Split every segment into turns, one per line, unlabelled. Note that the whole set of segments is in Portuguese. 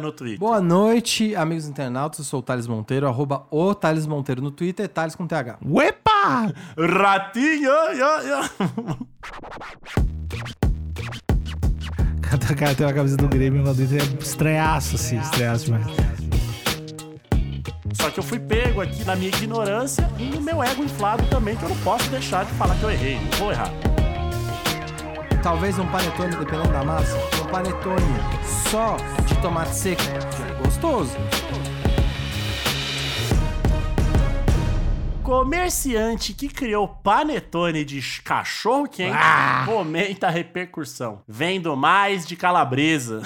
no Twitter.
Boa noite, amigos internautas. Eu sou o Thales Monteiro, arroba o Thales Monteiro no Twitter, Thales com TH.
Uepa!
Ratinho! Yo, yo.
Cada cara tem uma camisa do Grêmio, uma do Inter, é estranhaço, assim, estranhaço demais.
Só que eu fui pego aqui na minha ignorância e no meu ego inflado também, que eu não posso deixar de falar que eu errei. Não vou errar.
Talvez um panetone, dependendo da massa, um panetone só de tomate seco. já é Gostoso.
Comerciante que criou panetone de cachorro quente comenta a repercussão. Vendo mais de calabresa.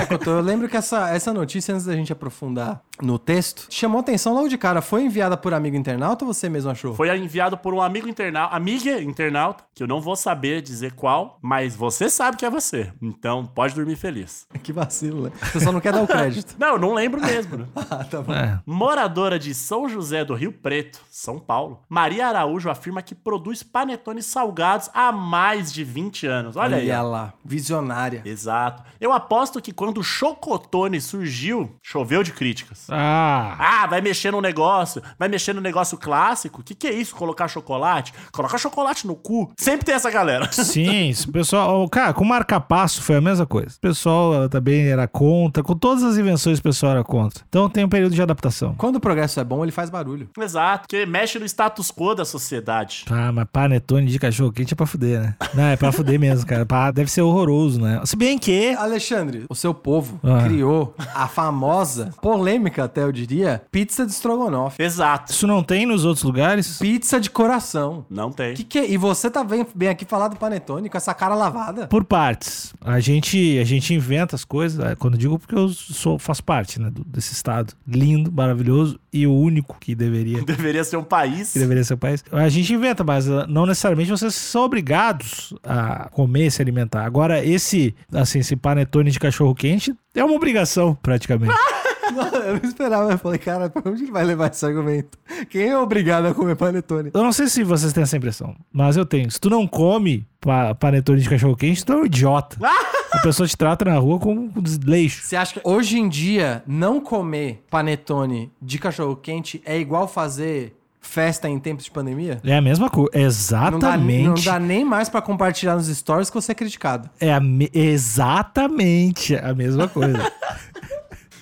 É, Couto, eu lembro que essa, essa notícia, antes da gente aprofundar no texto, chamou atenção logo de cara. Foi enviada por amigo internauta ou você mesmo achou?
Foi enviado por um amigo internauta, amiga internauta, que eu não vou saber dizer qual, mas você sabe que é você. Então pode dormir feliz.
Que vacilo, né? Você só não quer dar o crédito.
Não, eu não lembro mesmo. né?
Ah, tá bom.
É.
Moradora de São José do Rio Preto, São Paulo, Maria Araújo afirma que produz panetones salgados há mais de 20 anos. Olha, aí. ó.
Olha lá, visionária.
Exato. Eu aposto que quando o chocotone surgiu, choveu de críticas.
Ah!
Ah, vai mexer no negócio, vai mexer no negócio clássico. Que que é isso? Colocar chocolate? Colocar chocolate no cu. Sempre tem essa galera.
Sim, isso, o pessoal, o cara, com marca-passo foi a mesma coisa. O pessoal ela também era contra, com todas as invenções o pessoal era contra. Então tem um período de adaptação.
Quando o progresso é bom, ele faz barulho.
Exato, porque mexe no status quo da sociedade.
Ah, mas panetone de cachorro quente é pra fuder, né? Não, é pra fuder mesmo, cara. Pá, deve ser horroroso, né? Se bem que.
Alexandre, o seu povo
Ah.
criou a famosa, polêmica até eu diria, pizza de estrogonofe.
Exato.
Isso não tem nos outros lugares?
Pizza de coração.
Não tem.
Que que é? E você tá bem, bem aqui falar do panetone com essa cara lavada?
Por partes. A gente, a gente inventa as coisas. ah, Quando eu digo porque eu sou, faço parte né, do- desse estado lindo, maravilhoso e o único que deveria
Deveria ser um país.
que deveria ser o país. A gente inventa, mas ah, não necessariamente vocês são obrigados a comer e se alimentar. Agora, esse, assim, esse panetone de cachorro quente é uma obrigação, praticamente.
Ah! Não, eu não esperava. Eu falei, cara, pra onde ele vai levar esse argumento? Quem é obrigado a comer panetone?
Eu não sei se vocês têm essa impressão, mas eu tenho. Se tu não come pa- panetone de cachorro quente, tu é um idiota.
Ah!
A pessoa te trata na rua como um desleixo.
Você acha que hoje em dia não comer panetone de cachorro quente é igual fazer festa em tempos de pandemia?
É a mesma coisa.
Não dá,
Exatamente.
não dá nem mais pra compartilhar nos stories que você é criticado.
É a me- exatamente a mesma coisa.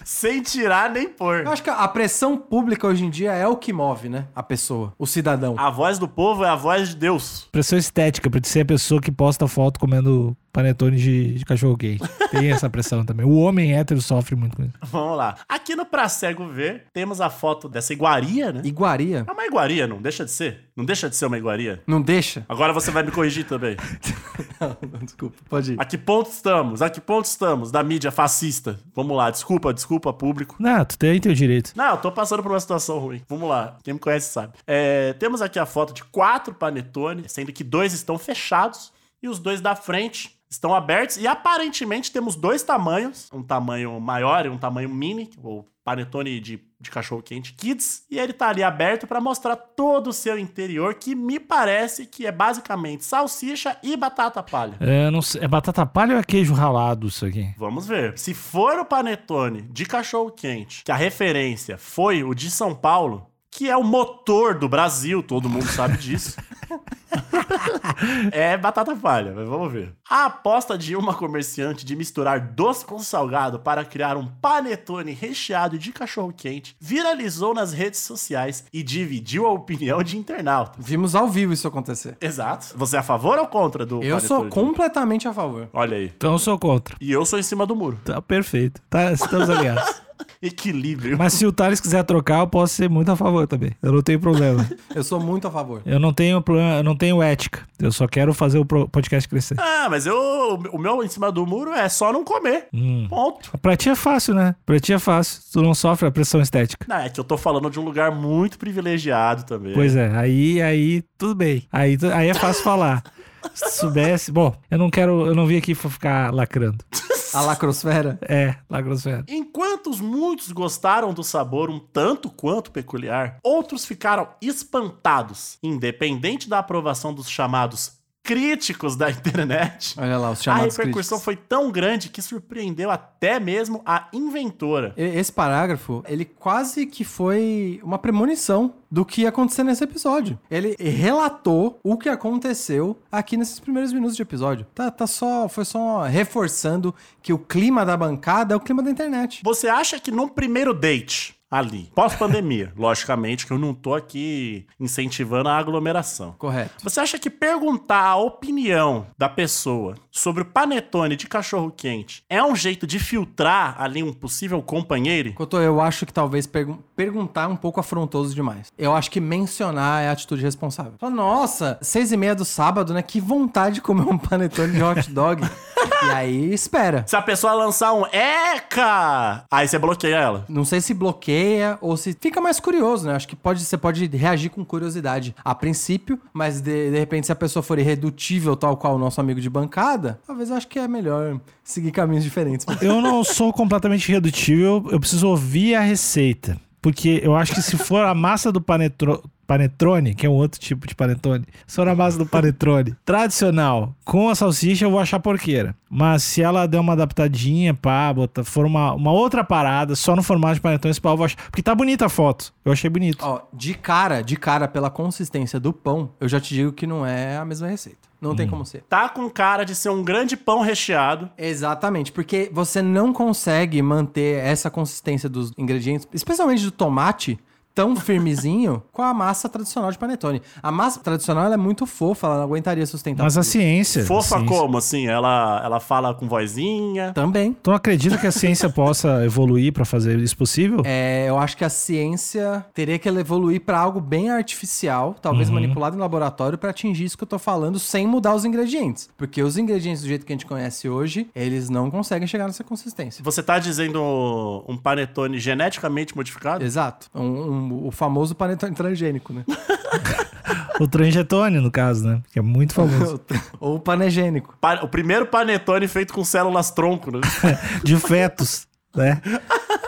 Sem tirar nem pôr.
Eu acho que a pressão pública hoje em dia é o que move, né? A pessoa, o cidadão.
A voz do povo é a voz de Deus.
Pressão estética, pra tu ser a pessoa que posta foto comendo panetone de, de cachorro quente. Tem essa pressão também. O homem hétero sofre muito com isso.
Vamos lá. Aqui no Pra Cego Ver, temos a foto dessa iguaria, né?
Iguaria.
É uma iguaria, não deixa de ser? Não deixa de ser uma iguaria?
Não deixa?
Agora você vai me corrigir também.
Não, não, desculpa, pode ir.
A que ponto estamos? A que ponto estamos da mídia fascista? Vamos lá, desculpa, desculpa, público.
Não, tu tem teu direito.
Não, eu tô passando por uma situação ruim. Vamos lá, quem me conhece sabe. É, temos aqui a foto de quatro panetones, sendo que dois estão fechados e os dois da frente estão abertos. E aparentemente temos dois tamanhos: um tamanho maior e um tamanho mini, ou panetone de, de cachorro-quente kids. E ele tá ali aberto pra mostrar todo o seu interior, que me parece que é basicamente salsicha e batata palha.
É, não sei- é batata palha ou é queijo ralado isso aqui?
Vamos ver. Se for o panetone de cachorro quente, que a referência foi o de São Paulo, que é o motor do Brasil, todo mundo sabe disso. é batata palha, mas vamos ver. A aposta de uma comerciante de misturar doce com salgado para criar um panetone recheado de cachorro quente viralizou nas redes sociais e dividiu a opinião de internautas.
Vimos ao vivo isso acontecer.
Exato. Você é a favor ou contra do
Eu sou
panetone?
completamente a favor.
Olha aí.
Então eu sou contra.
E eu sou em cima do muro.
Tá perfeito. Tá, estamos aliados.
E Equilíbrio.
Mas se o Thales quiser trocar, eu posso ser muito a favor também. Eu não tenho problema.
Eu sou muito a favor.
Eu não tenho problema, eu não tenho ética. Eu só quero fazer o pro- podcast crescer.
Ah, mas eu. O meu em cima do muro é só não comer.
Hum.
Ponto.
Pra ti é fácil, né? Pra ti é fácil. Tu não sofre a pressão estética.
Não, é que eu tô falando de um lugar muito privilegiado também.
Pois é, aí, aí, tudo bem. Aí, tu- aí é fácil falar. Se tu soubesse. Bom, eu não quero. Eu não vim aqui pra ficar lacrando.
A lacrosfera.
É, lacrosfera.
Enquanto os muitos gostaram do sabor um tanto quanto peculiar, outros ficaram espantados. Independente da aprovação dos chamados críticos da internet,
Olha lá, os
a
chamados
repercussão
críticos.
foi tão grande que surpreendeu até mesmo a inventora.
E- Esse parágrafo, ele quase que foi uma premonição do que ia acontecer nesse episódio. Ele relatou o que aconteceu aqui nesses primeiros minutos de episódio. Tá, tá só, foi só reforçando que o clima da bancada é o clima da internet.
Você acha que num primeiro date ali, pós-pandemia, logicamente que eu não tô aqui incentivando a aglomeração.
Correto.
Você acha que perguntar a opinião da pessoa sobre o panetone de cachorro quente é um jeito de filtrar ali um possível companheiro?
Cotô, eu acho que talvez pergun- perguntar é um pouco afrontoso demais. Eu acho que mencionar é a atitude responsável. Fala, nossa, seis e meia do sábado, né? Que vontade de comer um panetone de hot dog. e aí, espera.
Se a pessoa lançar um ECA, aí você bloqueia ela.
Não sei se bloqueia ou se fica mais curioso, né? Acho que pode, você pode reagir com curiosidade a princípio, mas de, de repente, se a pessoa for irredutível, tal qual o nosso amigo de bancada, talvez eu acho que é melhor seguir caminhos diferentes.
Eu não sou completamente irredutível, eu preciso ouvir a receita. Porque eu acho que se for a massa do panetro- panetrone, que é um outro tipo de panetone, se for a massa do panetrone tradicional com a salsicha, eu vou achar porqueira. Mas se ela der uma adaptadinha, pá, bota, for uma, uma outra parada, só no formato de panetone, esse pau eu vou achar. Porque tá bonita a foto, eu achei bonito.
Ó, de cara, de cara, pela consistência do pão, eu já te digo que não é a mesma receita. Não tem como ser.
Tá com cara de ser um grande pão recheado.
Exatamente, porque você não consegue manter essa consistência dos ingredientes, especialmente do tomate, tão firmezinho com a massa tradicional de panetone. A massa tradicional ela é muito fofa, ela não aguentaria sustentar.
Mas a
tudo.
ciência. a
Fofa
ciência-
como, assim? Ela, ela fala com vozinha.
Também.
Tu não acredita que a ciência possa evoluir pra fazer isso possível?
É, eu acho que a ciência teria que ela evoluir pra algo bem artificial, talvez manipulado em laboratório, pra atingir isso que eu tô falando sem mudar os ingredientes. Porque os ingredientes do jeito que a gente conhece hoje, eles não conseguem chegar nessa consistência.
Você tá dizendo um panetone geneticamente modificado?
Exato. Um- um- o famoso panetone transgênico, né?
O trangetone, no caso, né? Que é muito famoso.
Ou o panegênico.
Pa- O primeiro panetone feito com células tronco, né?
de fetos, né?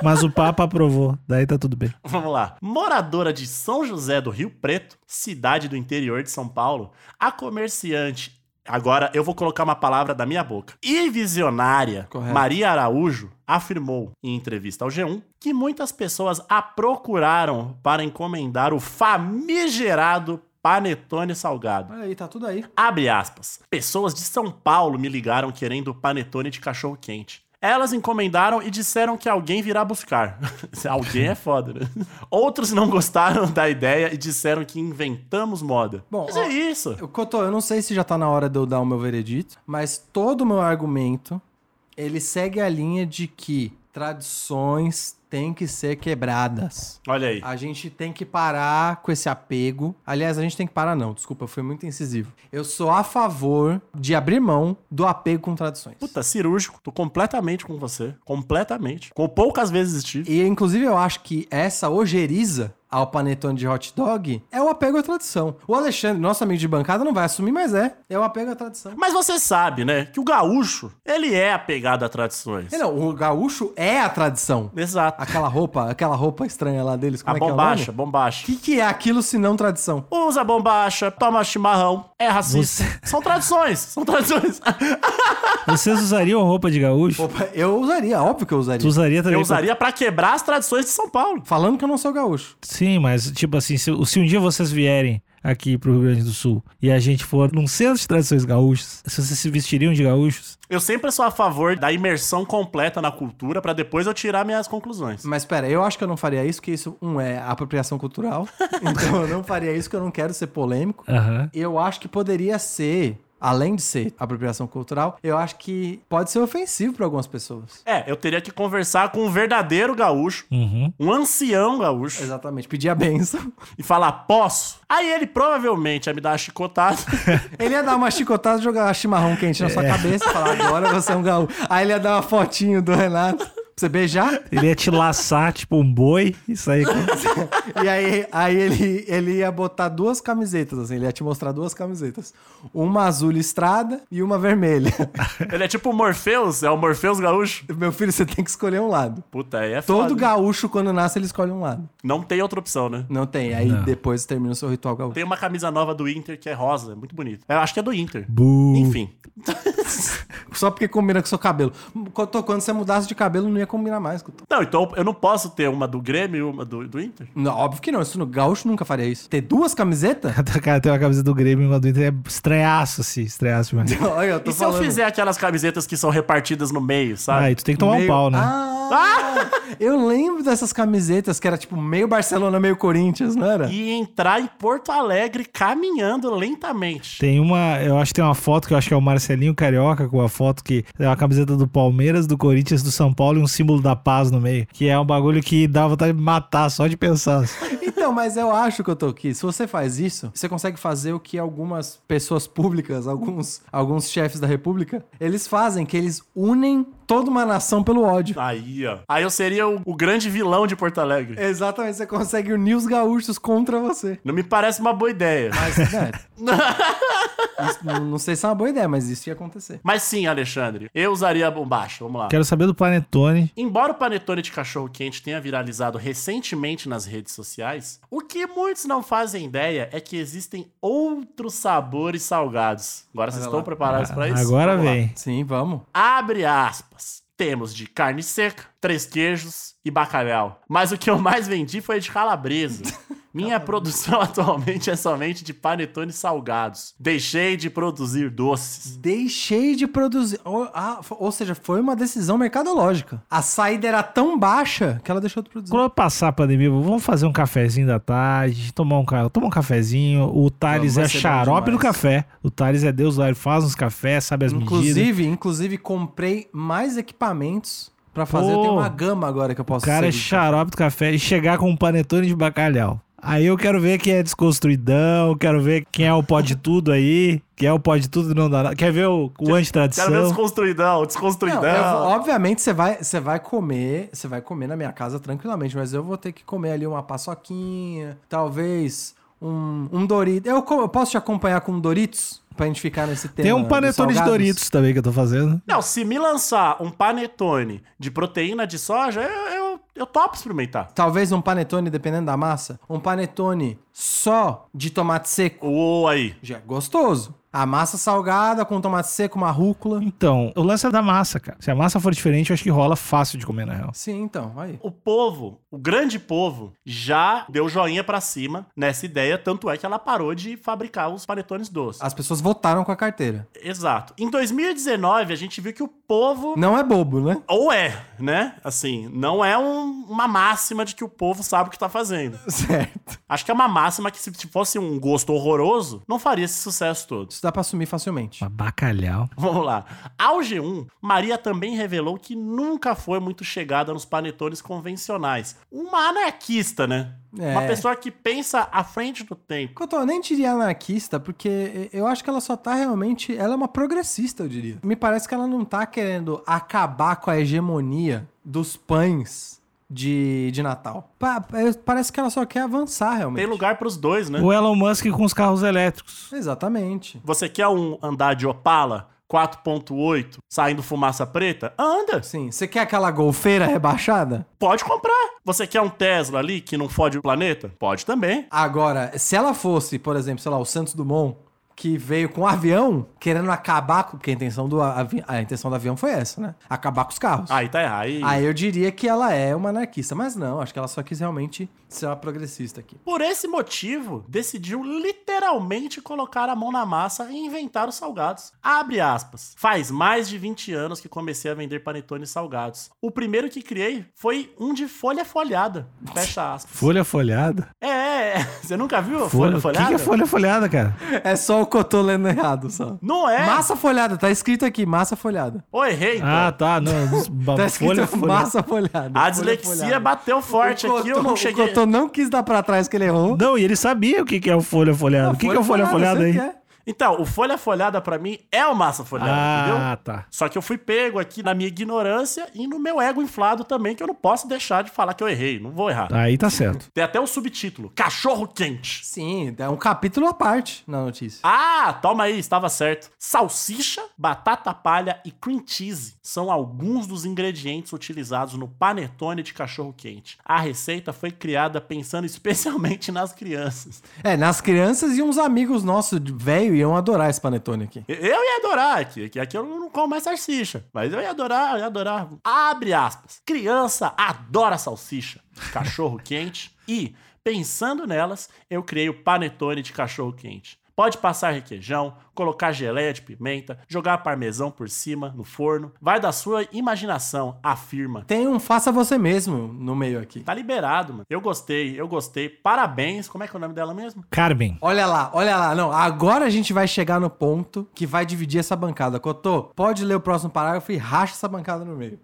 Mas o Papa aprovou, daí tá tudo bem.
Vamos lá. Moradora de São José do Rio Preto, cidade do interior de São Paulo, a comerciante. Agora eu vou colocar uma palavra da minha boca. E visionária
Correto.
Maria Araújo afirmou em entrevista ao G1 que muitas pessoas a procuraram para encomendar o famigerado panetone salgado.
Olha aí, tá tudo aí.
Abre aspas. Pessoas de São Paulo me ligaram querendo panetone de cachorro quente. Elas encomendaram e disseram que alguém virá buscar. alguém é foda, né? Outros não gostaram da ideia e disseram que inventamos moda.
Bom,
Mas
ó,
é isso.
Eu- Cotô, eu não sei se já tá na hora de eu dar o meu veredito, mas todo o meu argumento, ele segue a linha de que tradições têm que ser quebradas.
Olha aí.
A gente tem que parar com esse apego. Aliás, a gente tem que parar não, desculpa, eu fui muito incisivo. Eu sou a favor de abrir mão do apego com tradições.
Puta, cirúrgico. Tô completamente com você. Completamente. Com poucas vezes estive.
E inclusive eu acho que essa ojeriza ao panetone de hot dog é o apego à tradição. O Alexandre, nosso amigo de bancada, não vai assumir, mas é. É o apego à tradição.
Mas você sabe, né? Que o gaúcho, ele é apegado a tradições.
É, Não, o gaúcho é a tradição.
Exato.
Aquela roupa, aquela roupa estranha lá deles,
A
como é que
bombacha,
é o nome? O
bombacha.
que, que é aquilo se não tradição?
usa bombacha, toma chimarrão, é racista. São tradições, são tradições.
Vocês usariam roupa de gaúcho?
Opa, eu usaria, óbvio que eu usaria.
Tu usaria também?
Eu usaria pra quebrar as tradições de São Paulo.
Falando que eu não sou gaúcho.
Sim, mas tipo assim, se, se um dia vocês vierem aqui pro Rio Grande do Sul e a gente for num centro de tradições gaúchas, se vocês se vestiriam de gaúchos?
Eu sempre sou a favor da imersão completa na cultura pra depois eu tirar minhas conclusões.
Mas pera, eu acho que eu não faria isso, que isso, um, é apropriação cultural. então eu não faria isso, que eu não quero ser polêmico.
Aham.
Eu acho que poderia ser além de ser apropriação cultural, eu acho que pode ser ofensivo para algumas pessoas.
É, eu teria que conversar com um verdadeiro gaúcho,
Uhum.
um ancião gaúcho,
Exatamente, pedir a benção.
e falar, posso? Aí ele provavelmente ia me dar uma chicotada.
Ele ia dar uma chicotada, jogar chimarrão quente na sua cabeça e falar, agora você é um gaúcho. Aí ele ia dar uma fotinho do Renato pra você beijar.
Ele ia te laçar, tipo um boi, e sair com...
E aí, aí ele, ele ia botar duas camisetas, assim, ele ia te mostrar duas camisetas. Uma azul listrada e uma vermelha.
ele é tipo o Morpheus, é o Morpheus gaúcho.
Meu filho, você tem que escolher um lado.
Puta, aí é foda.
Todo gaúcho, quando nasce, ele escolhe um lado.
Não tem outra opção, né?
Não tem. Aí
Não.
depois termina o seu ritual gaúcho.
Tem uma camisa nova do Inter que é rosa, é muito bonita. Eu acho que é do Inter.
Bu.
Enfim.
Só porque combina com o seu cabelo. Cotô, Quando você mudasse de cabelo, não ia combinar mais, Cotô.
Não, então eu não posso ter uma do Grêmio e uma do, do Inter?
Não, óbvio que não. Isso no gaúcho nunca faria isso. Ter duas camisetas?
Cara, tem uma camisa do Grêmio enquanto do Inter é estranhaço, assim, estranhaço mesmo.
Olha, eu tô
E se
falando.
eu fizer aquelas camisetas que são repartidas no meio, sabe?
Aí tu tem que tomar um
Meio-
pau, né?
Ah, Eu lembro dessas camisetas que era tipo meio Barcelona, meio Corinthians, não era?
E entrar em Porto Alegre caminhando lentamente.
Tem uma, eu acho que tem uma foto que eu acho que é o Marcelinho Carioca com a foto que é uma camiseta do Palmeiras, do Corinthians, do São Paulo e um símbolo da paz no meio, que é um bagulho que dá vontade de matar só de pensar.
Então, mas eu acho que eu tô aqui. Se você faz isso, você consegue fazer o que algumas pessoas públicas, alguns, alguns chefes da república, eles fazem, que eles unem toda uma nação pelo ódio.
Aí, ó. Aí eu seria o, o grande vilão de Porto Alegre.
Exatamente, você consegue unir os gaúchos contra você.
Não me parece uma boa ideia.
Mas, né, isso não, não sei se é uma boa ideia, mas isso ia acontecer.
Mas sim, Alexandre, eu usaria a bombacha. Vamos lá.
Quero saber do Planetone.
Embora o panetone de cachorro quente tenha viralizado recentemente nas redes sociais, o que muitos não fazem ideia é que existem outros sabores salgados. Agora vocês
Olha
estão
lá.
preparados para isso?
Ah, Agora
Vamos lá.
vem.
Sim, vamos.
Abre aspas. Temos de carne seca, três queijos e bacalhau. Mas o que eu mais vendi foi de calabresa. Minha produção atualmente é somente de panetones salgados. Deixei de produzir doces.
Deixei de produzir. Ou, ah, fo- ou seja, foi uma decisão mercadológica. A saída era tão baixa que ela deixou de produzir.
Quando passar a pandemia, vamos fazer um cafezinho da tarde, tomar um, ca- tomar um cafezinho. O Thales
Vai
é
ser bom
xarope do
demais.
café. O Thales é Deus lá, ele faz uns cafés, sabe as medidas.
Inclusive, inclusive comprei mais equipamentos pra fazer.
Pô,
eu tenho uma gama agora que eu
O
posso
cara é
servir.
xarope do café e chegar com um panetone de bacalhau. Aí eu quero ver quem é desconstruidão, quero ver quem é o pó de tudo aí, quem é o pó de tudo e não dá nada. Quer ver o, o
Quero ver o
antitradição?
desconstruidão,
Não,
desconstruidão.
eu
então.
vou- obviamente você vai, você vai comer, você vai comer na minha casa tranquilamente, mas eu vou ter que comer ali uma paçoquinha, talvez um, um Doritos. Eu, co- eu posso te acompanhar com um Doritos? Pra gente ficar nesse tema.
Tem um
dos
panetone de
salgados?
Doritos também que eu tô fazendo.
Não, se me lançar um panetone de proteína de soja, eu, eu, eu topo experimentar.
Talvez um panetone, dependendo da massa. Um panetone só de tomate seco.
Ou aí.
Já é gostoso. A massa salgada com tomate seco, uma rúcula.
Então, o lance é da massa, cara. Se a massa for diferente, eu acho que rola fácil de comer, na real.
Sim, então, aí.
O povo, o grande povo, já deu joinha pra cima nessa ideia, tanto é que ela parou de fabricar os panetones doces.
As pessoas votaram com a carteira.
Exato. Em 2019, a gente viu que o povo.
Não é bobo, né?
Ou é, né? Assim, não é um- uma máxima de que o povo sabe o que tá fazendo.
Certo.
Acho que é uma máxima que, se fosse um gosto horroroso, não faria esse sucesso todo.
Isso dá pra assumir facilmente.
Mas bacalhau.
Vamos lá. Ao G1, Maria também revelou que nunca foi muito chegada nos panetones convencionais. Uma anarquista, né?
É.
Uma pessoa que pensa à frente do tempo.
Cotô, eu nem diria anarquista, porque eu acho que ela só tá realmente. Ela é uma progressista, eu diria. Me parece que ela não tá querendo acabar com a hegemonia dos pães de, de Natal. Pa- é, parece que ela só quer avançar realmente.
Tem lugar pros dois, né?
O Elon Musk com os carros elétricos.
Exatamente.
Você quer um andar de Opala 4.8 saindo fumaça preta? Anda,
Sim. Assim, Você quer aquela golfeira rebaixada?
pode comprar. Você quer um Tesla ali que não fode o planeta? Pode também.
Agora, se ela fosse, por exemplo, sei lá, o Santos Dumont, que veio com um avião, querendo acabar com. Porque a intenção do, avi... a intenção do avião foi essa, né? Acabar com os carros.
Aí tá errado. Aí...
Aí eu diria que ela é uma anarquista, mas não, acho que ela só quis realmente ser uma progressista aqui.
Por esse motivo, decidiu literalmente colocar a mão na massa e inventar os salgados. Abre aspas. Faz mais de 20 anos que comecei a vender panetones salgados. O primeiro que criei foi um de folha folhada. Fecha aspas.
Folha folhada.
É, é, É, você nunca viu a
Folha, folhada?
folha folhada?
O que, que é folha folhada, cara?
É só o Cotô lendo errado, só.
Não é.
Massa folhada, tá escrito aqui, massa folhada.
Ou errei, então.
Ah, tá. Não,
Tá
ba-
escrito
folha folhada.
massa folhada.
a
folha
dislexia
folhada.
bateu forte
o
aqui,
Cotô,
eu não
O
cheguei.
Cotô não quis dar pra trás que ele errou.
Não, e ele sabia o que, que é o folha folhada.
Ah,
o que, que é o folha folhada
eu
aí?
sei que é.
Então, o folha folhada pra mim é o massa folhada, entendeu?
Ah, tá.
Só que eu fui pego aqui na minha ignorância e no meu ego inflado também, que eu não posso deixar de falar que eu errei, não vou errar.
Aí tá certo.
Tem até um subtítulo: Cachorro quente.
Sim, é um capítulo à parte na notícia.
Ah, toma aí, estava certo. Salsicha, batata palha e cream cheese são alguns dos ingredientes utilizados no panetone de cachorro quente. A receita foi criada pensando especialmente nas crianças.
É, nas crianças e uns amigos nossos de velho iam adorar esse panetone aqui.
Eu ia adorar aqui, que aqui eu não como mais salsicha, mas eu ia adorar, eu ia adorar. Abre aspas. Criança adora salsicha, cachorro quente e, pensando nelas, eu criei o panetone de cachorro quente. Pode passar requeijão, colocar geleia de pimenta, jogar parmesão por cima no forno. Vai da sua imaginação, afirma.
Tem um faça você mesmo no meio aqui.
Tá liberado, mano. Eu gostei, eu gostei. Parabéns. Como é que é o nome dela mesmo?
Carmen.
Olha lá, olha lá. Não, agora a gente vai chegar no ponto que vai dividir essa bancada. Cotô, pode ler o próximo parágrafo e racha essa bancada no meio.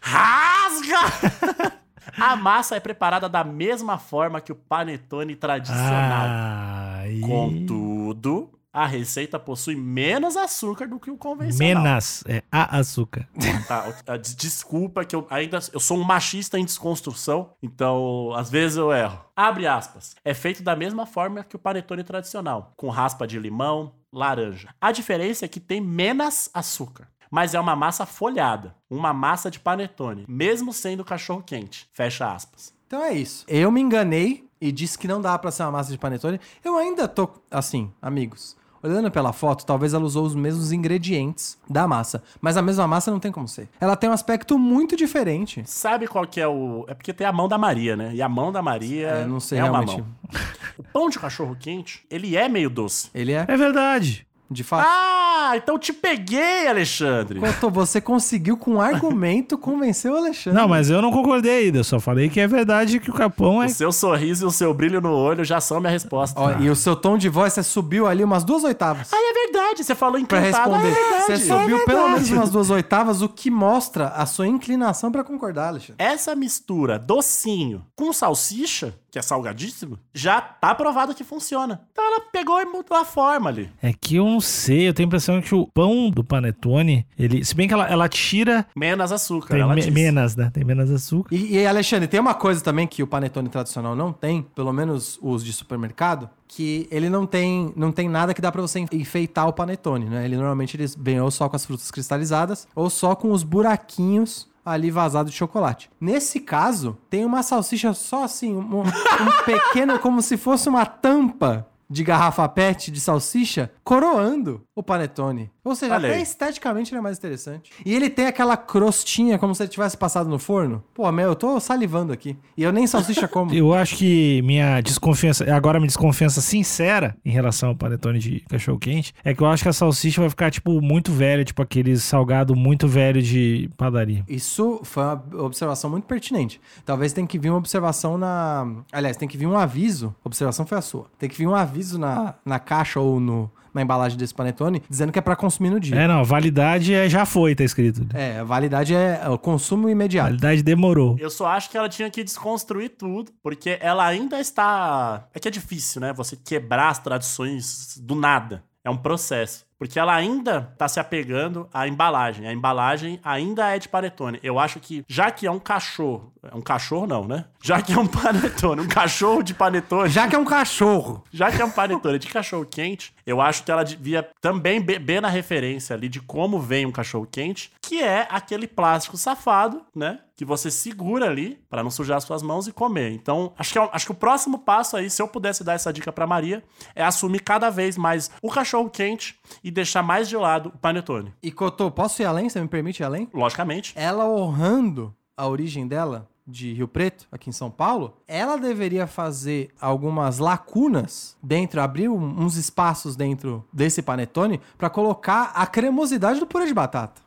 Rasga! A massa é preparada da mesma forma que o panetone tradicional.
Ah, aí.
Contudo, a receita possui menos açúcar do que o convencional.
Menas. É a açúcar.
Tá, ah, des- desculpa que eu ainda eu sou um machista em desconstrução, então às vezes eu erro. Abre aspas. É feito da mesma forma que o panetone tradicional, com raspa de limão, laranja. A diferença é que tem menos açúcar. Mas é uma massa folhada, uma massa de panetone, mesmo sendo cachorro quente. Fecha aspas.
Então é isso. Eu me enganei e disse que não dá pra ser uma massa de panetone. Eu ainda tô assim, amigos. Olhando pela foto, talvez ela usou os mesmos ingredientes da massa, mas a mesma massa não tem como ser. Ela tem um aspecto muito diferente.
Sabe qual que é o. É porque tem a mão da Maria, né? E a mão da Maria
É, eu não sei
é uma
realmente.
mão. O pão de cachorro quente, ele é meio doce.
Ele é,
É verdade.
de fato.
Ah, então te peguei, Alexandre.
Cotô, você conseguiu com argumento convencer o Alexandre.
Não, mas eu não concordei ainda. Eu só falei que é verdade que o capão é.
O seu sorriso e o seu brilho no olho já são minha resposta.
Ó, e o seu tom de voz, você subiu ali umas duas oitavas.
Ah, é verdade. Você falou
Pra
encantado.
responder,
Ah, é
você
verdade.
subiu pelo menos umas duas oitavas, o que mostra a sua inclinação pra concordar, Alexandre.
Essa mistura docinho com salsicha, que é salgadíssimo, já tá provado que funciona. Então ela pegou e mudou a forma ali.
É que eu não sei. Eu tenho a impressão que o pão do panetone, ele. Se bem que ela, ela tira.
Menos açúcar,
Tem
ela
me-
disse.
menos, né? Tem menos açúcar.
E, e, Alexandre, tem uma coisa também que o panetone tradicional não tem, pelo menos os de supermercado, que ele não tem, não tem nada que dá pra você enfeitar o panetone, né? Ele normalmente eles vêm ou só com as frutas cristalizadas ou só com os buraquinhos ali vazado de chocolate. Nesse caso, tem uma salsicha só assim, um, um pequeno, como se fosse uma tampa de garrafa PET de salsicha coroando o panetone. Ou seja,
Olha
até
aí.
esteticamente ele é mais interessante. E ele tem aquela crostinha como se ele tivesse passado no forno. Pô, meu, eu tô salivando aqui. E eu nem salsicha como.
Eu acho que minha desconfiança, agora minha desconfiança sincera em relação ao panetone de cachorro quente, é que eu acho que a salsicha vai ficar, tipo, muito velha, tipo aquele salgado muito velho de padaria.
Isso foi uma observação muito pertinente. Talvez tenha que vir uma observação na. Aliás, tem que vir um aviso. A observação foi a sua. Tem que vir um aviso na, na caixa ou no, na embalagem desse panetone dizendo que é pra consumir no dia.
É, não, validade é, já foi, tá escrito.
É, a validade é o consumo imediato.
Validade demorou.
Eu só acho que ela tinha que desconstruir tudo, porque ela ainda está. É que é difícil, né? Você quebrar as tradições do nada. É um processo. Porque ela ainda está se apegando à embalagem. A embalagem ainda é de panetone. Eu acho que, já que é um cachorro. É um cachorro, não, né? Já que é um panetone, um cachorro de panetone.
Já que é um cachorro.
Já que é um panetone de cachorro quente, eu acho que ela devia também beber na referência ali de como vem um cachorro quente, que é aquele plástico safado, né? Que você segura ali pra não sujar as suas mãos e comer. Então, acho que, é o- acho que o próximo passo aí, se eu pudesse dar essa dica pra Maria, é assumir cada vez mais o cachorro quente e deixar mais de lado o panetone.
E Cotô, posso ir além? Você me permite ir além?
Logicamente.
Ela honrando a origem dela de Rio Preto, aqui em São Paulo, ela deveria fazer algumas lacunas dentro, abrir um- uns espaços dentro desse panetone pra colocar a cremosidade do purê de batata.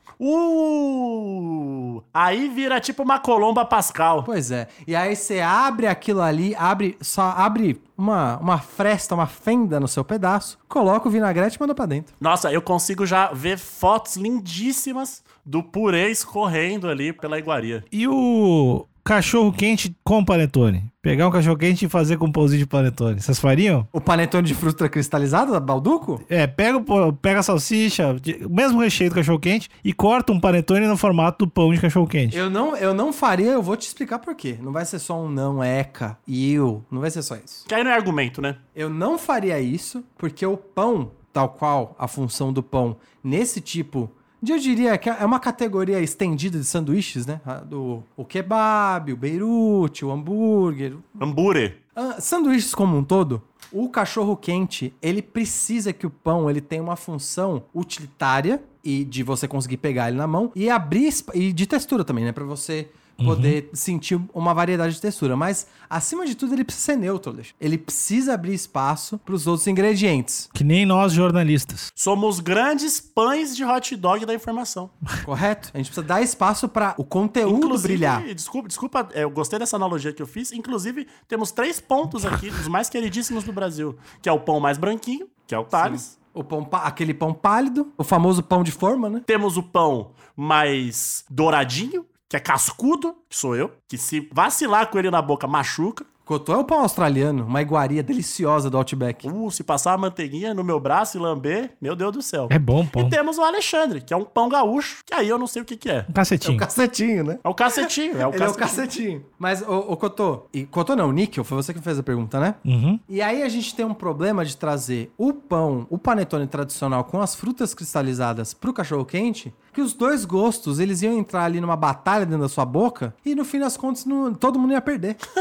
Uh! Aí vira tipo uma colomba pascal.
Pois é. E aí você abre aquilo ali, abre, só abre uma, uma fresta, uma fenda no seu pedaço, coloca o vinagrete e manda pra dentro.
Nossa, eu consigo já ver fotos lindíssimas do purê escorrendo ali pela iguaria.
E o cachorro quente com panetone? Pegar um cachorro quente e fazer com pãozinho de panetone. Vocês fariam?
O panetone de fruta cristalizada da Balduco?
É, pega, o pão- pega a salsicha, de- o mesmo recheio do cachorro quente, e corta um panetone no formato do pão de cachorro quente.
Eu não, eu não faria, eu vou te explicar por quê. Não vai ser só um não, eca, e eu. Não vai ser só isso.
Que aí não é argumento, né?
Eu não faria isso porque o pão, tal qual a função do pão nesse tipo, de, eu diria que é uma categoria estendida de sanduíches, né? A Do, o kebab, o beirute, o hambúrguer,
Hambúrguer.
ah, sanduíches como um todo, o cachorro quente, ele precisa que o pão ele tenha uma função utilitária e de você conseguir pegar ele na mão e abrir espa- e de textura também, né, Pra você poder sentir uma variedade de textura, mas acima de tudo ele precisa ser neutro, Alexandre. ele precisa abrir espaço pros outros ingredientes,
Que nem nós jornalistas.
Somos grandes pães de hot dog da informação.
correto? A gente precisa dar espaço pra o conteúdo É brilhar.
Desculpa, desculpa, é, eu gostei dessa analogia que eu fiz. Inclusive, temos três pontos aqui, os mais queridíssimos do Brasil, que é o pão mais branquinho, que é o Thales.
O pão, pá- aquele pão pálido, o famoso pão de forma, né?
Temos o pão mais douradinho, que é cascudo, que sou eu, que se vacilar com ele na boca machuca.
Cotô é o pão australiano, uma iguaria deliciosa do Outback.
Uh, se passar a manteiguinha no meu braço e lamber, meu Deus do céu.
É bom o
E
pão.
temos o Alexandre, que é um pão gaúcho, que aí eu não sei o que que é.
Um
É o
cacetinho.
cacetinho, né?
É o cacetinho, é o
Ele é o
cacetinho.
cacetinho. Mas, ô, ô Cotô, e Cotô não, Níquel, foi você que fez a pergunta, né?
Uhum.
E aí a gente tem um problema de trazer o pão, o panetone tradicional com as frutas cristalizadas pro cachorro-quente, que os dois gostos, eles iam entrar ali numa batalha dentro da sua boca e no fim das contas não- todo mundo ia perder.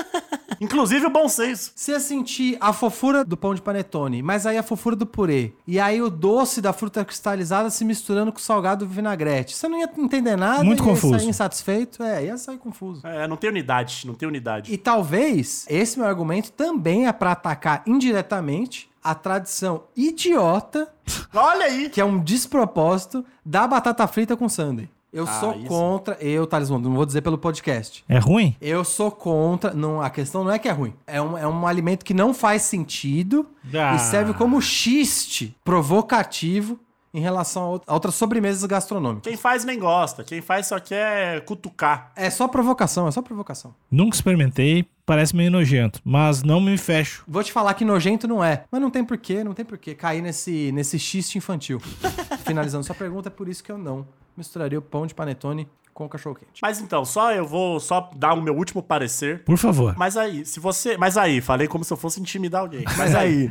Inclusive o bom senso.
Você ia sentir a fofura do pão de panetone, mas aí a fofura do purê. E aí o doce da fruta cristalizada se misturando com o salgado do vinagrete. Você não ia entender nada,
Muito
ia
confuso.
sair insatisfeito, é, ia sair confuso.
É, não tem unidade, não tem unidade.
E talvez esse meu argumento também é pra atacar indiretamente a tradição idiota,
Olha aí!
que é um despropósito, da batata frita com sundae. Eu
Ah,
sou
isso.
contra, eu, Thales Mondo, não vou dizer pelo podcast.
É ruim?
Eu sou contra, não, a questão não é que é ruim, é um, é um alimento que não faz sentido
Ah.
e serve como xiste provocativo em relação a out- a outras sobremesas gastronômicas.
Quem faz nem gosta, quem faz só quer cutucar.
É só provocação, é só provocação.
Nunca experimentei, parece meio nojento, mas não me fecho.
Vou te falar que nojento não é, mas não tem porquê, não tem porquê cair nesse, nesse xiste infantil. Finalizando sua pergunta, é por isso que eu não misturaria o pão de panetone com cachorro-quente.
Mas então, só eu vou só dar o meu último parecer.
Por favor,
Mas aí, se você. Mas aí, falei como se eu fosse intimidar alguém. Mas aí,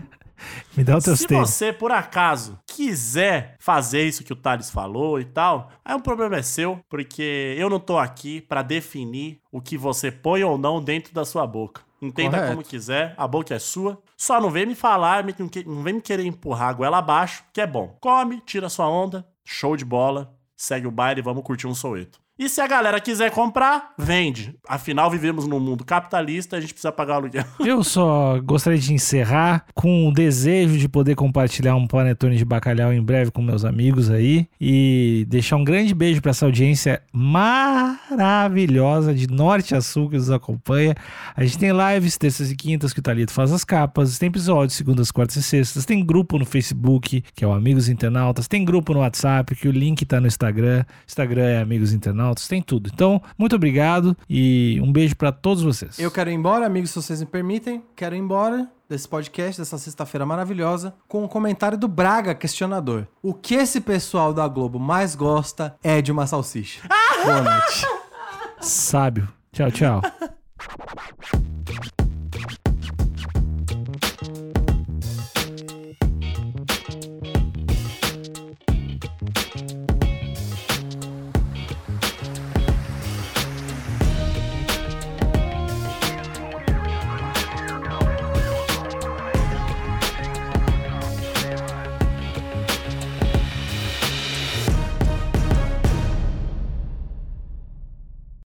me dá o teu
se
texto.
você, por acaso, quiser fazer isso que o Thales falou e tal, aí o problema é seu, porque eu não tô aqui pra definir o que você põe ou não dentro da sua boca. Entenda
Correto.
como quiser, a boca é sua. Só não vem me falar, me- não vem me querer empurrar a goela abaixo, que é bom. Come, tira sua onda, show de bola, segue o baile, vamos curtir um soeto. E se a galera quiser comprar, vende. Afinal, vivemos num mundo capitalista, a gente precisa pagar aluguel.
Eu só gostaria de encerrar com o desejo de poder compartilhar um panetone de bacalhau em breve com meus amigos aí e deixar um grande beijo para essa audiência maravilhosa de norte a sul que nos acompanha. A gente tem lives terças e quintas que o Talito faz as capas, tem episódios segundas, quartas e sextas, tem grupo no Facebook, que é o Amigos Internautas, tem grupo no WhatsApp, que o link tá no Instagram. Instagram é Amigos Internautas, tem tudo. Então, muito obrigado e um beijo para todos vocês.
Eu quero ir embora, amigos, se vocês me permitem, quero ir embora desse podcast, dessa sexta-feira maravilhosa, com um comentário do Braga questionador. O que esse pessoal da Globo mais gosta é de uma salsicha. Boa noite.
Sábio. Tchau, tchau.